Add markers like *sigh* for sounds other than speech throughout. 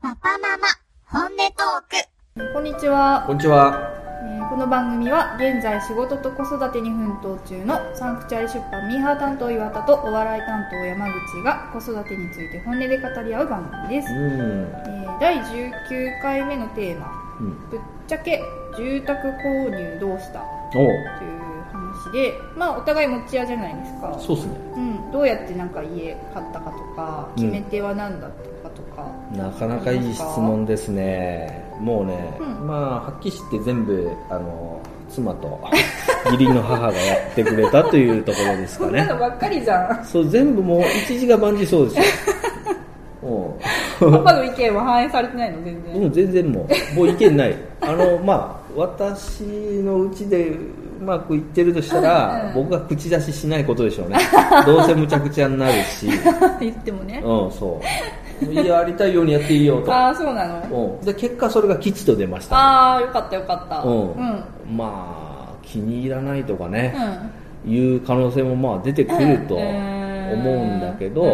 パパママ、本音トーク。こんにちは、こんにちは。えーこの番組は現在仕事と子育てに奮闘中のサンクチュアリ出版ミーハー担当岩田とお笑い担当山口が子育てについて本音で語り合う番組です、うん。えー第19回目のテーマうん「ぶっちゃけ住宅購入どうした?」おという話でまあお互い持ち家じゃないですかうそうっすね。うん、どうやってなんか家買ったかとかうん決め手は何だったかとか、なかなかいい質問ですね。もうね、うんまあ、はっきりして全部、あの、妻と義理の母がやってくれたというところですそかんな *laughs* ねの。ばっかりじ *laughs* ゃんそう、全部もう一時が万事 *laughs* そうですよ。おパパの意見は反映されてないの全然、ううん、全然もう、もう意見ない。あの、まあ、私のうちでうまくいってるとしたら、うんうん僕が口出ししないことでしょうね。どうせむちゃくちゃになるし。 *laughs* 言ってもね、うん、そう。やりたいようにやっていいよと。ああそうなのうん、で結果それが吉と出ました、ああよかったよかったうんうんまあ気に入らないとかうね、んいう可能性もまあ出てくるとう思んうんだけど、う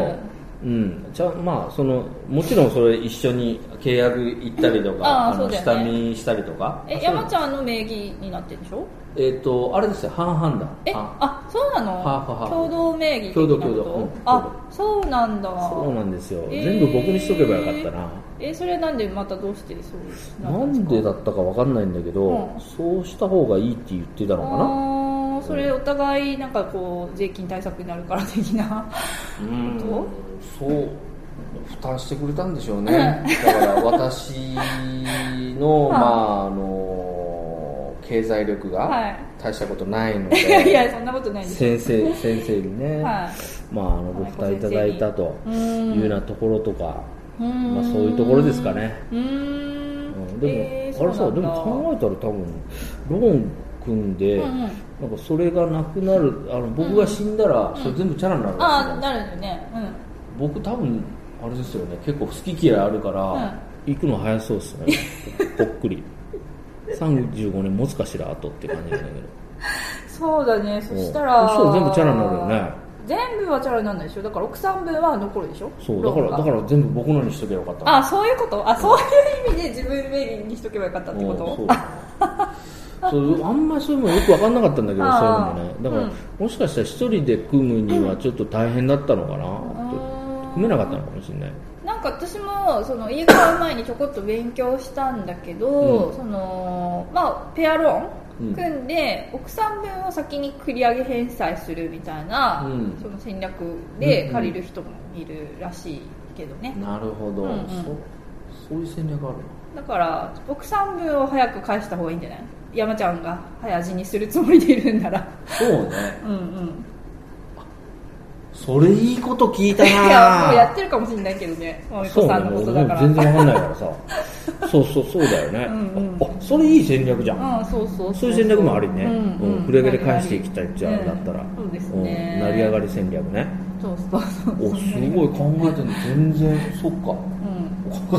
うんんじゃあまあそのもちろんそれ一緒に契約行ったりとかあーの、そうだ下よね見したりとかえあそういうの山ちゃんの名義になってるでしょえっ、とあれですよ半々だえああそうなのハーフハーフ共同名義的なこと共同共同うんあそうなんだそうなんですよ、えー全部僕にしとけばよかったなえそれなんでまたどうしてそうなんでだったかわかんないんだけど、うんそうした方がいいって言ってたのかなああそれお互いなんかこう税金対策になるから的なうん本そう負担してくれたんでしょうねだから私の *laughs* はいまああの経済力はいが大したことないので、 *laughs* いやいやそんなことないです先生先生にね、はいまああのご負担いただいたとういんうようなところとか、うんまあ、そういうところですかね、うーうんん、でも、えーあれそうさなんでだも考えたら多分ローン組んで、うんうんなんかそれがなくなるあの僕が死んだら、それ全部チャラになるらしいああのなるよねうん僕多分あれですよね結構好き嫌いあるから、行くの早そうで *laughs* すねぽっくり35年持つかしらあとって感じなんだけどそうだねそしたらそうそう全部チャラになるよね全部はチャラにならないでしょだから奥さん分は残るでしょそうだからだからら全部僕のにしとけばよかったあそういうことあそういう意味で自分名義にしとけばよかったってこうんそとうそうあんまりそういうのよく分かんなかったんだけどそういうあーのもねだから、うんもしかしたら一人で組むにはちょっと大変だったのかなって、うん組めなかったのかもしれないなんか私もその家買う前にちょこっと勉強したんだけど、うんそのまあペアローうンん組んで、奥さん分を先に繰り上げ返済するみたいな、うんその戦略でうん借りる人もいるらしいけどね、なるほど、うんうんそそういう戦略あるなだから奥さん分を早く返した方がいいんじゃない山ちゃんが早死にするつもりでいるんならそうねうんうんそれいいこと聞いたな *laughs* ぁいやもうやってるかもしれないけどねおそ子うさね、んのもこうとだから全然わかんないからさそうそうそうだよねうんうんあそれいい戦略じゃん、うん、そうそうそういう戦略もありね、うんうんうん繰り上げで返していきたいじゃん、だったら、うんそうですねうん成り上がり戦略ねそうそうそうおすごい考えてるの全然そっうんか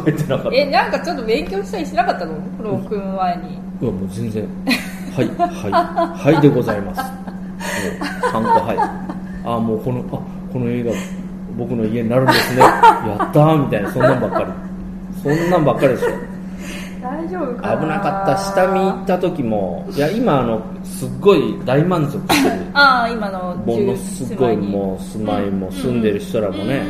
考えてなかったえなんかちょっと勉強したりしなかったのフロー君前にいやもう全然はいはいはいでございますもうん個はいああもうこのあこの映画僕の家になるんですねやったーみたいなそんなんばっかりそんなんばっかりですよ大丈夫危なかった下見行った時もいや今あのすっごい大満足してるああ今のものすごいもう住まいも住んでる人らもね、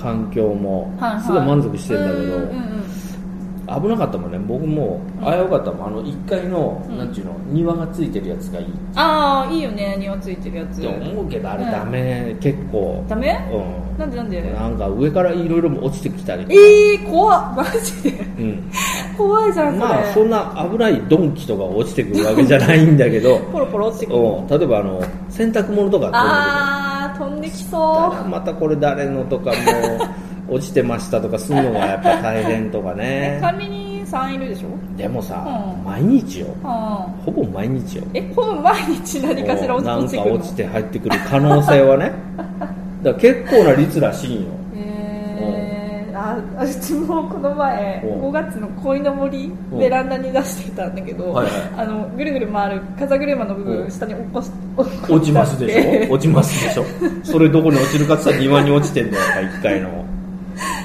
環境もすごい満足してるんだけど、危なかったもんね僕もあよかったもんあの1階の、うんなんちゅうの庭がついてるやつがいいっああいいよね庭ついてるやつて思うけどあれうんダメ、結構ダメうなんでなんでんなんか上からいろいろ落ちてきたりえー、怖っマジでうん怖いじゃんそれ、まあそんな危ないドンキとか落ちてくるわけじゃないんだけどポロポロ落ちてくるうん例えばあの洗濯物とかああ飛んできこうそいうのあらまたこれ誰のとかも落ちてましたとかするのがやっぱ大変とかうえね管理人さんいるでしょでもさ、うん毎日よああほぼ毎日よえほぼ毎日何かしらな落んちてかくるの落ちて入ってくる可能性はねだから結構な率らしいんよえー、ああうちもこの前うん5月の鯉のぼりうんベランダに出してたんだけど、はいはいあのぐるぐる回る風車の部う分ん下に落っこし落っこち落ちますでしょ *laughs* ょ落ちますでしょそれどこに落ちるかって言ったら庭に落ちてんだよやっぱ1階の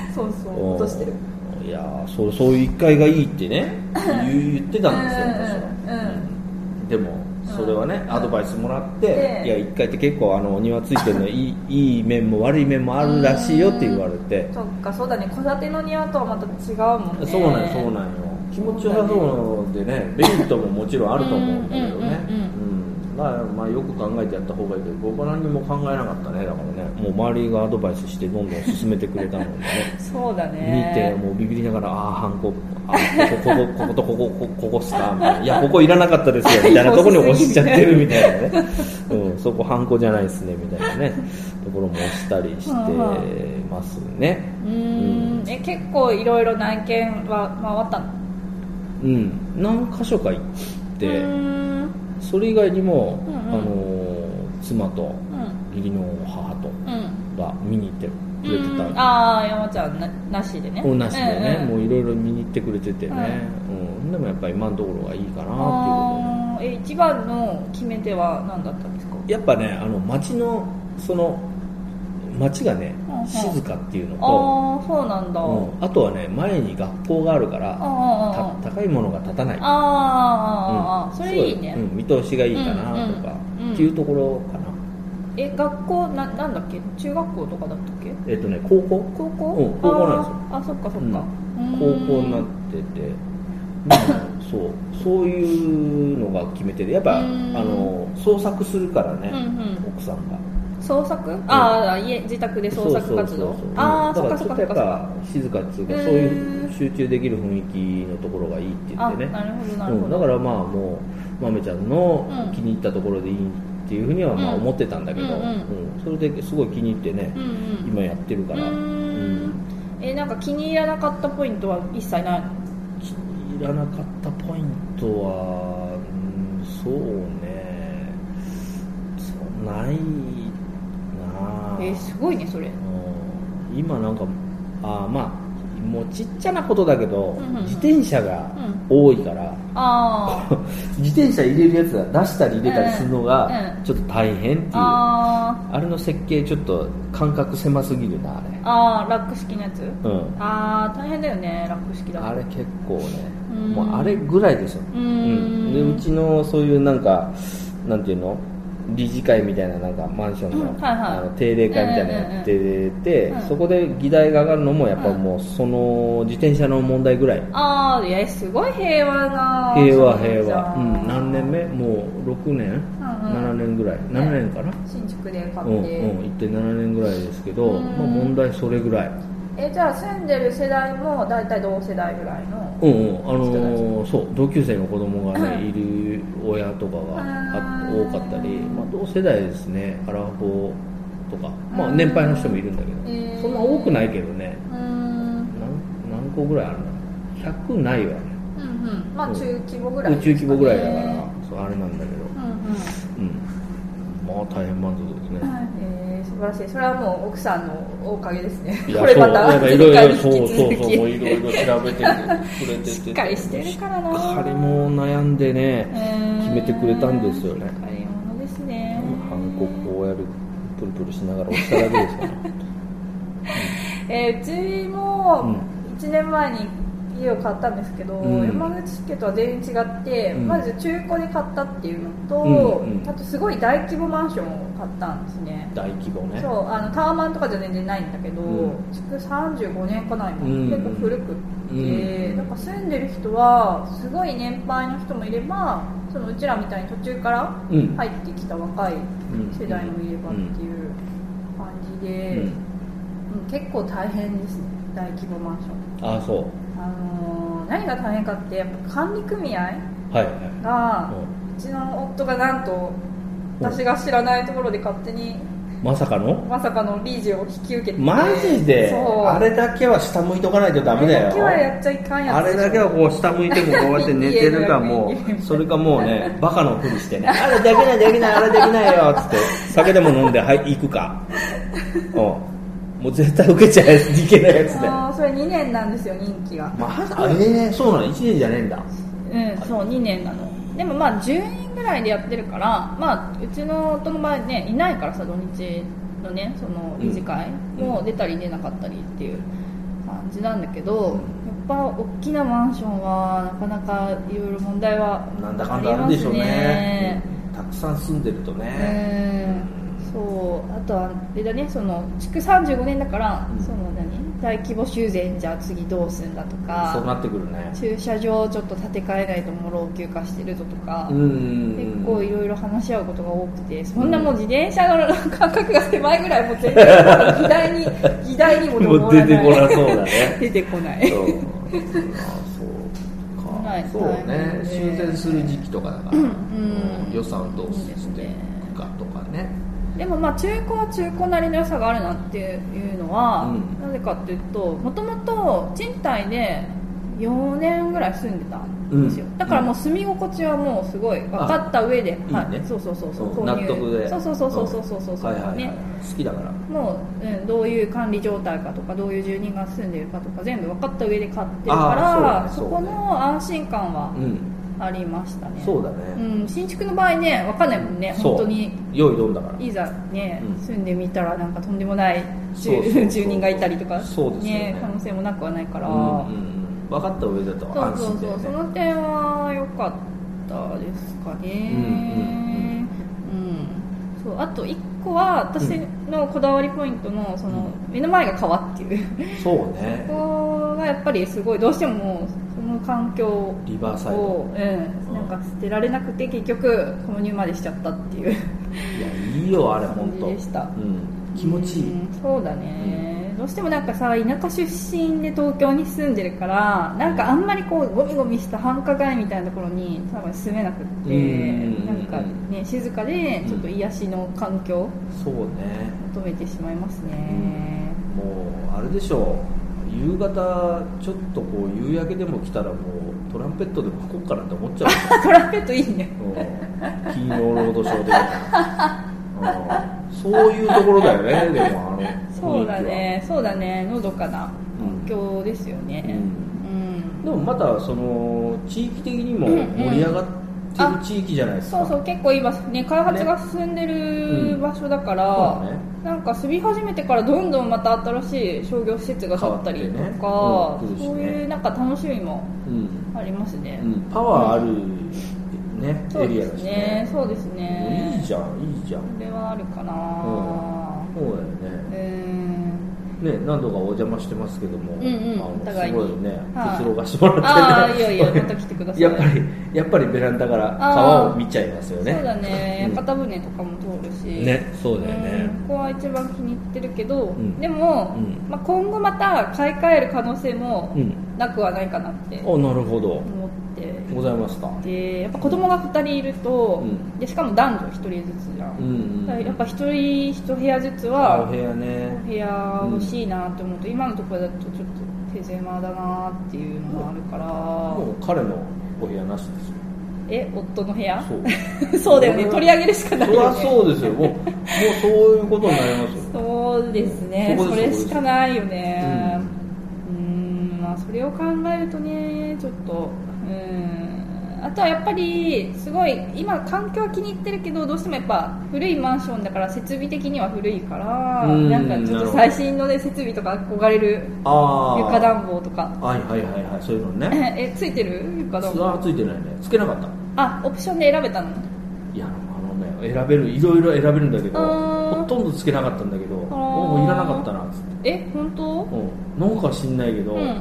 *laughs* そうそう落としてるうんいやーそうそういう一回がいいってね言う言ってたんですよ私は、うんうんでもそれはね、アドバイスもらって、ええいや一回って結構あのお庭ついてるのいいいい面も悪い面もあるらしいよって言われてそっかそうだね戸建ての庭とはまた違うもんねそうなんよそうなんよ気持ちよさそうでねメリットももちろんあると思うんだけどねうううんんうんんだからまあよく考えてやった方がいいけど僕は何も考えなかったねだからねもう周りがアドバイスしてどんどん進めてくれたのでねそうだ見てねもうビビりながらああハンコあーこここことこここここっすかみたいないやここいらなかったですよみたいなところに押しちゃってるみたいなね、うん、そこハンコじゃないですねみたいなねところも押したりしてますねうーんえ結構いろいろ何軒は回ったのうん何箇所か行って、うーんそれ以外にも、うんうんあのー妻とうん義理の母とうんが見に行ってくれてたうんああ山ちゃんななしでねおなしでね、うんうんもういろいろ見に行ってくれててね、うんでもやっぱり今のところはいいかなっていうことであーえ一番の決め手は何だったんですかやっぱねあの街のその街がねうんうん静かっていうのと、ああそうなんだ、うんあとはね前に学校があるからたあー高いものが建たないあーあーあーあーあー、うんそれいいねすごうん見通しがいいかなとか、うんうんうんっていうところかなえ学校ななんだっけ中学校とかだったっけえっ、とね高校高校、うん高校なんですよあーあそっかそっか、ううん高ーん校になってて、うんそうそういうのが決め手でやっぱあうんの創作するからね、うん奥さんがうん創作、ああ家自宅で創作活動そうそうそうそうあうあんそっだからそちっかょそっとやっかっぱ静かっていうかへーそういう集中できる雰囲気のところがいいって言あってねなるほどなうるほん、だど、からまあもうまめちゃんのうん気に入ったところでいいっていうふうにはまあうん思ってたんだけど、うんうんうんそれですごい気に入ってねうん、うん今やってるから、うーんえなんか気に入らなかったポイントは一切ないの気に入らなかったポイントは、うん、そうねそうないなあえーすごいねそれうん今なんかあーまあもうちっちゃなことだけど、うんうん自転車が多いから、 *laughs* あ自転車入れるやつは出したり入れたりするのがうんうんちょっと大変っていう、あああれの設計ちょっと感覚狭すぎるなあれーあーラック式のやつうんああ大変だよねラック式だとあれ結構ねうんもうあれぐらいですよ、うーうんでうちのそういうなんかなんていうの理事会みたいななんかマンションの,、うんはいはいあの定例会みたいなのやってて、うんうんうんうんそこで議題が上がるのもやっぱもうその自転車の問題ぐらい、ああいやすごい平和な平和そう平じゃ和、うん、何年目もう6年、うん7年ぐらい7年かな、新宿で買うっんうんて、行って7年ぐらいですけど、うんまあ、問題それぐらいえじゃあ住んでる世代も大体同世代ぐらいのうんうんあ人のーそう同級生の子供がね、いる親とかがああー多かったり、まあ、同世代ですねアラフォーとか、まあ、年配の人もいるんだへけーどそんな多くないけどねうーん何何個ぐらいあるの100ないわねうんうんまあ中規模ぐらい宇宙規模ぐらいだかへらそうあれなんだけどーうんうんうんまあ大変満足ですね、えー素晴らしいそれはもう奥さんのおかげですねい *laughs* やこれまたそうやっぱいろいろそうそうそうもういろいろ調べてくれてて *laughs* しっかりしてるからな彼も悩んでね決決めてくれたんですよね借り物ですねハンコこうやるプルプルしながら押しただけですから *laughs* えーうちもう1年前に家を買ったんですけど、うん山口家とは全然違って、うんまず中古で買ったっていうのと、うんうんあとすごい大規模マンションを買ったんですね大規模ねそうあのタワマンとかじゃ全然ないんだけど、うん築35年かないもん、うん結構古くって、うんなんか住んでる人はすごい年配の人もいればそのうちらみたいに途中からうん入ってきた若い世代もいればっていう感じうで、んうん結構大変ですね大規模マンション、ああそうあのー何が大変かってやっぱ管理組合はいはがい、ううちの夫がなんとうん私が知らないところで勝手にんまさかのまさかのリージを引き受けてマジでそうあれだけは下向いとかないとダメあれだけはだよやっちゃいかんやつあれだけはこう下向いてもこうやって寝てるかもいいえいいえうそれかもうねバカのふりしてねあれできないできないあれできないよっつって酒でも飲んではい行くかうんもう絶対受けちゃいけないやつだよあーそれ2年なんですよ任期がまあええそうなの1年じゃねえんだうんそう2年なのでもまあ10人ぐらいでやってるからまあうちの夫の場合ねいないからさ土日のねその理事会うんも出たり出なかったりっていう感じなんだけど、やっぱ大きなマンションはなかなかいろいろ問題はなんだかんだあるでしょうねありますねたくさん住んでるとね、うんそうあとはあれだねその築35年だから、うんその何大規模修繕じゃあ次どうするんだとそうかなってくるね駐車場をちょっと建て替えないともう老朽化してるぞとか、うんうんうん結構いろいろ話し合うことが多くてそんなもう自転車の感覚が狭いぐらいもう全然議題に議題にも *laughs* もう上出らてこなないそうだね *laughs* 出てこなそいうあそうか、はいそう大ね変で修繕する時期とかだから、ん予算をどうしていくかとかねでもまあ中古は中古なりの良さがあるなっていうのは、うんなぜかっていうともともと賃貸で4年ぐらい住んでたんですよ、うんだからもう住み心地はもうすごい分かった上であいいねそうそうそうそううん購納入得でそうそうそうそうそうそうそうそう、んはいはいはいね好きだからもう、うん、どういう管理状態かとかどういう住人が住んでるかとか全部分かった上で買ってるからあーそ,、そうだこねそうだねの安心感はうんありましたねそうだうね、ん、新築の場合ね分かんないもんねそう本当に良いどんだからいざね、うん住んでみたらなんかとんでもない住そうそうそ *laughs* う住人がいたりとかそうですよね可能性もなくはないから、うんうん、分かった上だとそう安そう心だそう、よそねの点は良かったですかねうんそうあと1個は私のこだわりポイントのその目の前が川っていう *laughs* そうこねこがやっぱりすごいどうしてももうその環境リバーサイドを、うん、なんか捨てられなくて結局購入までしちゃったっていういやいいよあれ本当感じでしたうん、気持ちいい、うんそうだね、どうしてもなんかさ田舎出身で東京に住んでるからなんかあんまりこうゴミゴミした繁華街みたいなところに多分住めなくっうんうんうんてなんかね静かでちょっと癒しの環境をそうね求めてしまいますね、もうあれでしょう夕方ちょっとこう夕焼けでも来たらもうトランペットでも吹こうかなって思っちゃうあトランペットいいねうん金曜ロードショー的な、うんそういうところだよねでもあのそうだねそうだねのどかな環境ですよね雰囲気は、うんうんでもまたその地域的にもうんうん盛り上がってる地域じゃないですか、そうそう結構今ね開発が進んでる場所だから、ねなんか住み始めてからどんどんまた新しい商業施設が建ったりと変わか、ってねうん来るしねそういうなんか楽しみもうんありますね、うん、パワーある、ねそうエリでアすだしねねそうですねいいじゃんいいじゃんそれはあるかなそうだようねーんね、何度かお邪魔してますけども、んうんあのお互いにすごいねはいくつろがしてもらあっあていねやいやまた来てくださいやっぱりやっぱりベランダから川を見ちゃいますよねそうだねうん屋形船とかも通るし、ねそうだよねうんここは一番気に入ってるけど、んでも、うんまあ、今後また買い替える可能性もうんなくはないかなって思おなるほどって、ございますかでやっぱ子供が2人いると、うんでしかも男女1人ずつじゃん、うんうんだからやっぱ1人1部屋ずつあはお部屋ねお部屋欲しいなって思うと、今のところだとちょっと手狭だなっていうのもあるから、もう彼のお部屋なしですよえ夫の部屋そ *laughs* うそうだよね取り上げるしかそないりよゃねそう *laughs* ですよもうもうそういうことになりますよそうですねそそこでれすしかないよねうんまあそれを考えるとねちょっとうんあとはやっぱりすごい今環境は気に入ってるけどどうしてもやっぱ古いマンションだから設備的には古いからうんなんかちょなっるとほど最新のね設備とか憧れるああ床暖房とかはいはいはいはいそういうのねえついてる *laughs* 床暖あ房あついてないねつけなかったあオプションで選べたのいやあのね選べるいろいろ選べるんだけどあーほとんどつけなかったんだけどーもういらなかったなっつって、え本当うん、なんか知んないけど、うん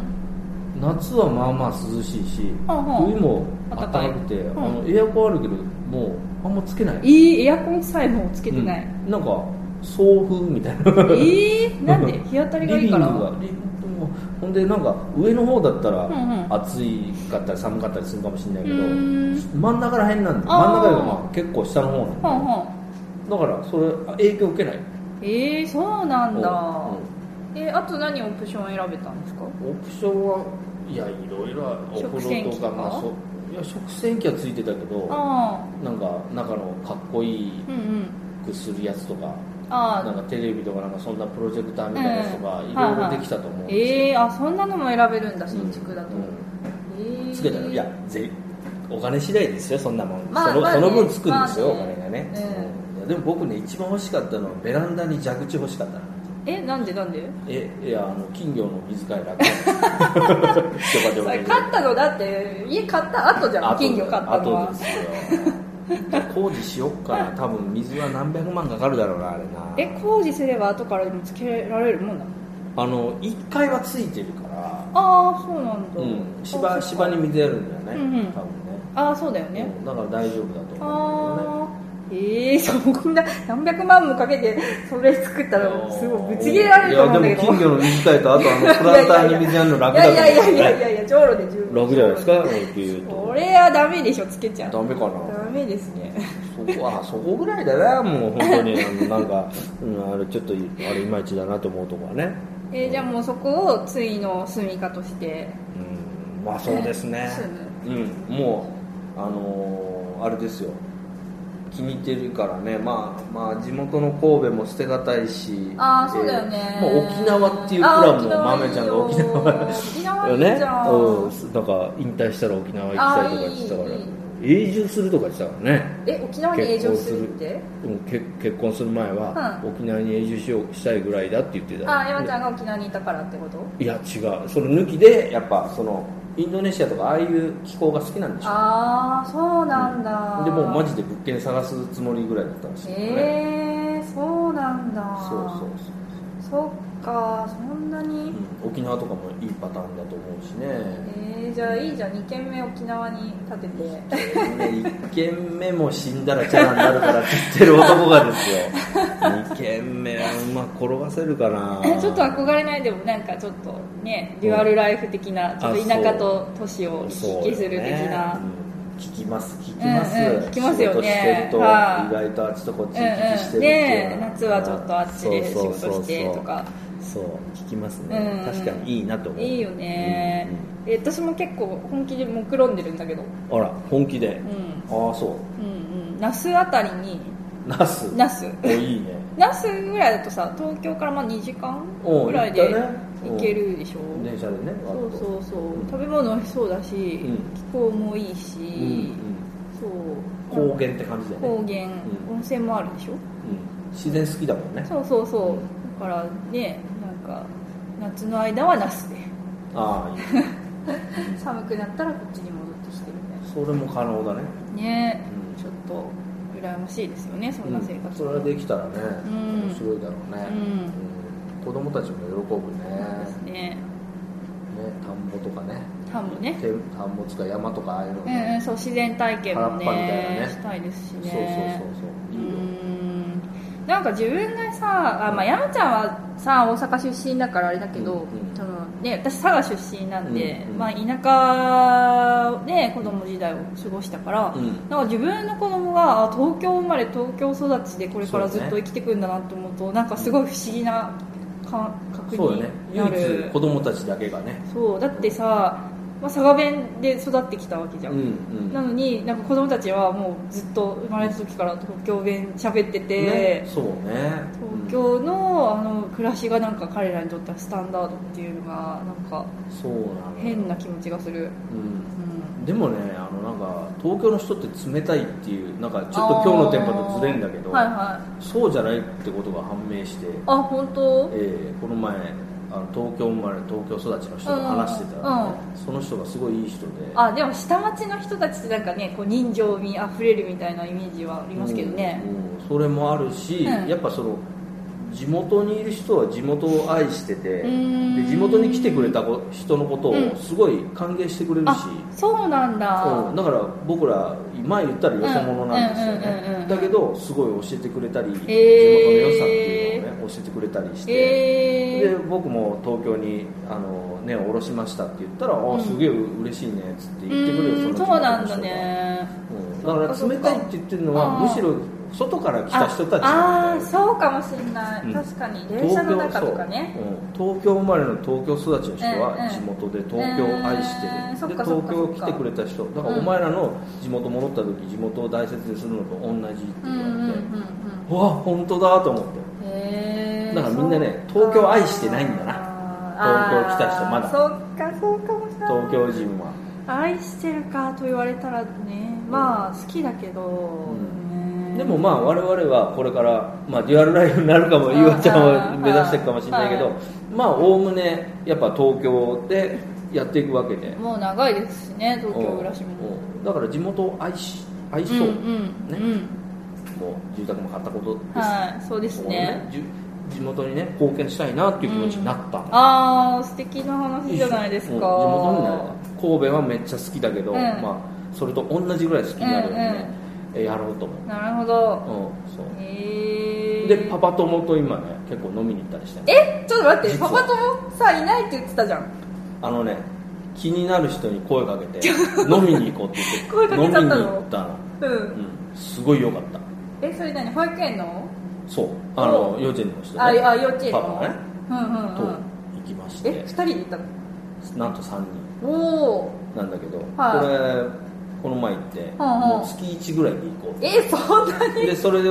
夏はまあまあ涼しいし、はあはあ冬も暖暖かいかくて、うんあのエアコンあるけどもうあんまつけないいいエアコンさえもつけてない、うんなんか送風みたいえなー、なんで日当たりがいいからリビングがリもうほんでなんか上の方だったらうんうん暑いかったり寒かったりするかもしれないうけど、ーん真ん中ら辺なんであー真ん中よりまあ結構下の方なんではんはんだからそれあ影響受けないえー、そうなんだ、うんえあと何オプション選べたんですかオプションはいやいろいろあるお食風洗呂機ととかかまあそういや食洗機はついてたけどあなんか中のかっこいいあうんうんくするやつとかあなんあかテレビとかなんかそんなプロジェクターみたいなやつとかうんいろいろできたと思うんですよえー、あそんなのも選べるんだうん新築だと、うんえーつけたらいやぜお金次第ですよそんなもん、まあそのまあそねの分つくんですよ、まあねお金がね、ううんいやでも僕ね一番欲しいかったのはベランダに蛇口欲しかったなえなんでなんでえいやあの金魚の水替え *laughs* それ楽ちょばちょばちょば買ったのだって家買った後じゃん金魚買ったのあとはですよじゃあ工事しよっ *laughs* かな多分水は何百万かかるだろうなあれなえ工事すれば後からでもつけられるもんなのあの1階はついてるから、ああそうなんだ、うん、あ芝そっか芝に水やるんだよね、うんうん多分ねああそうだよね、うんだから大丈夫だと思あーええー、そんな何百万もかけてそれ作ったうんだらよねすごいぶち切れられると思うんだけどいやでも金魚の水替えとあとあのプランターに水やるの楽だといやい思うやいやいやいや上路で十分楽じゃないですかっていうことれはダメでしょつけちゃダダメかなメですねそこはそこぐらいだなもう本当にあのなんか、うん、あれちょっとあれいまいちだなと思うとこはねえー、じゃあもうそこをついの住みかとしてうんまあそうですね住むうんもうあのーあれですよ気に入ってるからね、まあ、まあ地元の神戸も捨てがたいしああそうだよね、えーまあ、沖縄っていうプランも豆ちゃんが沖 *laughs* 縄沖縄よいいねじゃん、うんなんか引退したら沖縄行きたいとか言ってたかあら永住するとか言ってたからねえ沖縄に永住するってうん結結婚する前は、う沖縄に永住しようしたいぐらいだって言ってたああ山ちゃんが沖縄にいたからってこといや違うそれ抜きでやっぱそのインドネシアとかああいう気候が好きなんでしょああそうなんだ、でもうマジで物件探すつもりぐらいだったんですよえね、ー、そうなんだそうそうそう、そっかそんなに、うん沖縄とかもいいパターンだと思うしねえー、じゃあいいじゃん2軒目沖縄に建てて1軒目も死んだらチャラになるからって言ってる男がですよ2軒目はうまく転がせるかな *laughs* *laughs* ちょっと憧れないでもなんかちょっとねデュアルライフ的なちょっと田舎と都市を行きそうよね来する的な、うん聞きます聞きます、うんうん聞きますよね仕事してると意はい外とあっちとこっちうん行き来しうてるん、っていうねの夏はちょっとあっちで仕そう事そうそうそうしてとかそう聞きますね、うん確かにいいなと思ういいよねうんうん、え私も結構本気で目論んでるんだけどあら本気でう、んああそうんうん那須あたりにうナス那須 *laughs* おいいね那須ぐらいだとさ東京からまあ2時間おうぐらいで行ったね行けるでしょ、電車でねそううそうそう食べ物美味しそうだし、ん気候もいいし、んそううん、高原って感じだよね、高原、うん温泉もあるでしょうん、自然好きだもんねそうそうそうだからねなんか夏の間は那須でああいいね *laughs* 寒くなったらこっちに戻ってきてみたいそれも可能だねなね、うんちょっと羨ましいですよねそんな生うん活、それはできたらね、ん面白いだろうね、うん子供たちも喜ぶねですねね田んぼとかね田んぼねて田んぼつか山とかああいうのうんうんね、そう自然体験もね原っぱみたいなねしたいですしそうそうそうねそうういいよ、んなんか自分がさあ、まあ、山ちゃんはさ大阪出身だからあれだけど、うんうんそのね、私佐賀出身なんで、うんうんまあ、田舎で子供時代を過ごしたから、うんなんか自分の子供があ東京生まれ東京育ちでこれからずっと生きてくんだなと思うとなんかすごい不思議な感覚そうにだねな唯る一子供たちだけがねそうだってさ、まあ、佐賀弁で育ってきたわけじゃうんうんなのになんか子供たちはもうずっと生まれた時から東京弁喋ってて、ねそうね東京のあの暮らしがなんか彼らにとってはスタンダードっていうのがなんかうんそうなの変な気持ちがする、うんうん、でもねあのなんか東京の人って冷たいっていうなんかちょっと今日のテンポとずれんだけど、はいはいそうじゃないってことが判明して、あ本当えーこの前あの東京生まれ東京育ちの人と話してたら、ねその人がすごいいい人であでも下町の人たちってなんかねこう人情味あふれるみたいなイメージはありますけどね、うんうんそれもあるし、うんやっぱその地元にいる人は地元を愛しててでーん地元に来てくれたこ人のことうんをすごい歓迎してくれるし、あそうなんだ、うんだから僕ら前言ったらよそ者なんですようんうんうんうんうねんだけどすごい教えてくれたり、地元の良さっていうのをね教えてくれたりして、えでー、僕も東京にあの、ね、降ろしましたって言ったら「あうんすげえ嬉しいね」っつって言ってくれるうーんそそのう地元の人がなんだねうんだから冷たいって言ってるのあはーむしろ外から来た人たちああなんーだよそうかもしれない、うん確かに電車の中とかねそううん東京生まれの東京育ちの人うんうはん地元で東京を愛してる、うんそっでか東そっか京来てくれた人だからうんお前らの地元戻った時地元を大切にするのと同じってうん言うんわれて、うんうわ本当だと思ってうんへーだからみんなねそっか東京愛してないんだなあー東京来た人まだそっかそうかもしれない東京人は愛してるかと言われたらねまあ好きだけど、んねうんでもまあ我々はこれから、まあ、デュアルライフになるかもあーゆうちゃんは目指していくかもしれないけどはいまあおおむねやっぱ東京でやっていくわけでもう長いですしね東京暮らしもうんだから地元を愛し愛うんそう、うんうねんもう住宅も買ったことです、はいそうですねこうねじ地元にね貢献したいなっていう気持ちになった、ああ素敵な話じゃないですかうん地元になる神戸はめっちゃ好きだけど、うんまあ、それと同じぐらい好きになるようにね、えやろうと思なるほどう、うんそうへえでパパ友と今ね結構飲みに行ったりしてるえちょっと待って実はパパ友さいないって言ってたじゃんあのね気になる人に声かけ *laughs* て飲みに行こうって言声ってかけちゃったの飲みに行ったの、ううんん、すごい良かったえそれ何保育園のそうあの幼稚園の人、ね、ああ幼稚園のパパがねうんうんとう行んきましえて二人で行ったのなんと3人おおなんだけど、はこれこの前行って、んうんもう月1ぐらいで行こうってえそんなにでそれが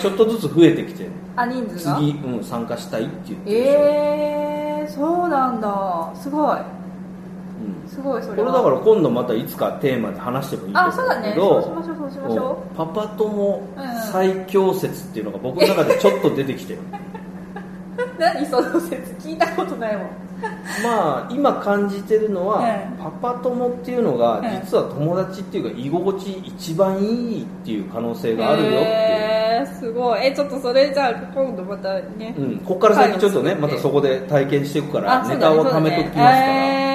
ちょっとずつ増えてきてあ人数が次、うん、参加したいって言ってる人、えー、そうなんだすごいうん、すごいそこれれだはから今度またいつかテーマで話してもいいとあ思そううんだだねけそどうしましょうそうしましょうんパパ友うん最強説っていうのが僕の中でちょっと出てき *laughs* てるう何その説聞いたことないもんまあ今感じてるのは、うんパパ友っていうのがうん実は友達っていうか居心地一番いいっていう可能性があるよっていう、えー、すごいえちょっとそれじゃあ今度またね、うん、ここから先ちょっとねはいまたそこで体験していくからあそネうだタねを貯めときますから、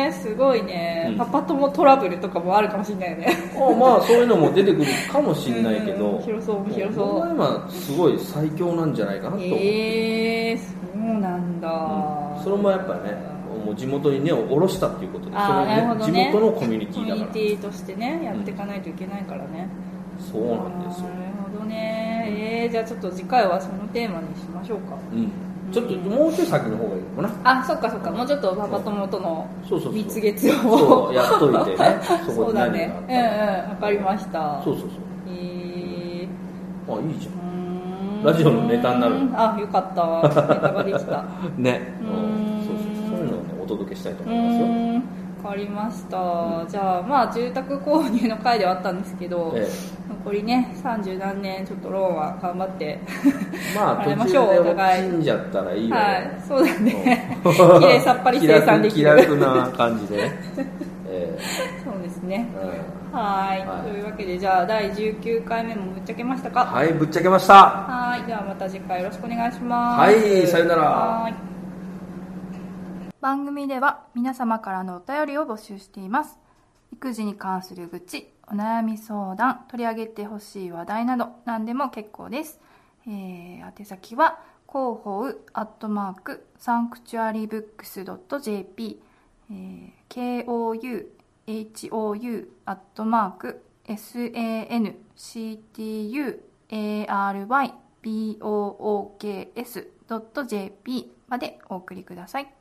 えー、すごいね、うんパパ友トラブルとかもあるかもしれないよねあまあそういうのも出てくるかもしれないけど、うん広そう面白そう僕は今すごい最強なんじゃないかなと思う、ええー、そうなんだ、うんそれもやっぱねもう地元に根を下ろしたっていうことでそれあーはなるほどね地元のコミュニテコィミだュかニらティとしてねやっていかないといけないからね、そうなんですよあー、なるほどねえー、じゃあちょっと次回はそのテーマにしましょうかうん、ちょっともうちょい先の方がいいのかなあそっかそっかもうちょっとパパ友とのそうそうそう蜜月をそうやっと *laughs* いてねそそこうでだ何ねがあっうたんうんわからりましたそうそうえーそうあいいじゃうーんラジオのネタになるあよかったネタができ *laughs* たんねううんんそうそうそういうのをねお届けしたいとう思いますよーんわかりましたじゃあまあ住宅購入の回ではあったんですけど、え残りね三十何年ちょっとローンは頑張ってえま *laughs* ああれ途ま中しょうでお互い落ちんじゃったらいいよ、はいそうだ *laughs* ねうん *laughs* 綺麗さっぱり生産でき気る楽気楽な感じでね、えそうですねえうんはいはいというわけでじゃあ第19回目もぶっちゃけましたかはいぶっちゃけましたはい、ではまた次回よろしくお願いします。はいさよならはい番組では皆様からのお便りを募集しています育児に関する愚痴お悩み相談取り上げてほしい話題など何でも結構です、えー宛先は広報アットマークサンクチュアリーブックス .jp、えー KOUHOU アットマーク SANCTUARYBOOKS.jp までお送りください